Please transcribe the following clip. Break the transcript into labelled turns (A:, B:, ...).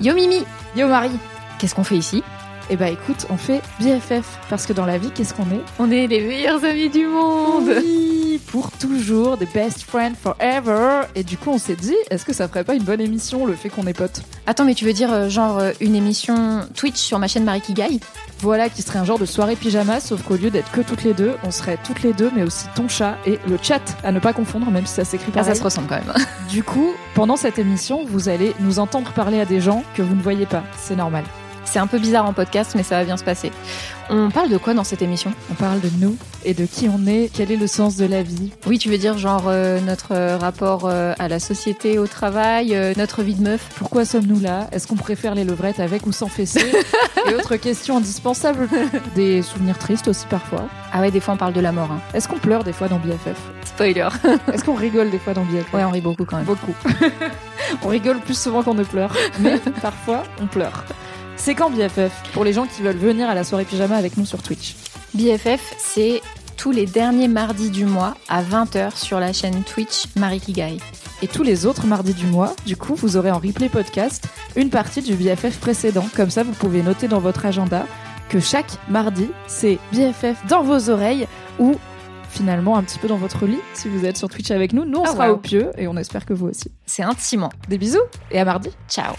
A: Yo Mimi Yo Marie Qu'est-ce qu'on fait ici Eh bah écoute, on fait BFF, parce que dans la vie, qu'est-ce qu'on est
B: On est les meilleurs amis du monde
A: Oui, Pour toujours, des best friends forever Et du coup, on s'est dit, est-ce que ça ferait pas une bonne émission, le fait qu'on est potes
B: Attends, mais tu veux dire euh, genre euh, une émission Twitch sur ma chaîne Marie Kigai
A: Voilà qui serait un genre de soirée pyjama, sauf qu'au lieu d'être que toutes les deux, on serait toutes les deux, mais aussi ton chat et le chat, à ne pas confondre, même si ça s'écrit
B: Ah,
A: pareil.
B: ça se ressemble quand même.
A: Du coup, pendant cette émission, vous allez nous entendre parler à des gens que vous ne voyez pas, c'est normal.
B: C'est un peu bizarre en podcast, mais ça va bien se passer. On parle de quoi dans cette émission
A: On parle de nous et de qui on est, quel est le sens de la vie.
B: Oui, tu veux dire genre euh, notre euh, rapport euh, à la société, au travail, euh, notre vie de meuf
A: Pourquoi sommes-nous là Est-ce qu'on préfère les levrettes avec ou sans fessées Et autres questions indispensables. Des souvenirs tristes aussi parfois.
B: Ah ouais, des fois on parle de la mort. Hein.
A: Est-ce qu'on pleure des fois dans BFF
B: Spoiler.
A: Est-ce qu'on rigole des fois dans BFF
B: Ouais, on rit beaucoup quand même.
A: Beaucoup. on rigole plus souvent qu'on ne pleure. Mais parfois, on pleure. C'est quand BFF Pour les gens qui veulent venir à la soirée pyjama avec nous sur Twitch.
B: BFF, c'est tous les derniers mardis du mois à 20h sur la chaîne Twitch Marie Kigai.
A: Et tous les autres mardis du mois, du coup, vous aurez en replay podcast une partie du BFF précédent. Comme ça, vous pouvez noter dans votre agenda que chaque mardi, c'est BFF dans vos oreilles ou finalement un petit peu dans votre lit si vous êtes sur Twitch avec nous. Nous, on
B: Ah,
A: sera
B: wow.
A: au pieu et on espère que vous aussi.
B: C'est intimement.
A: Des bisous et à mardi.
B: Ciao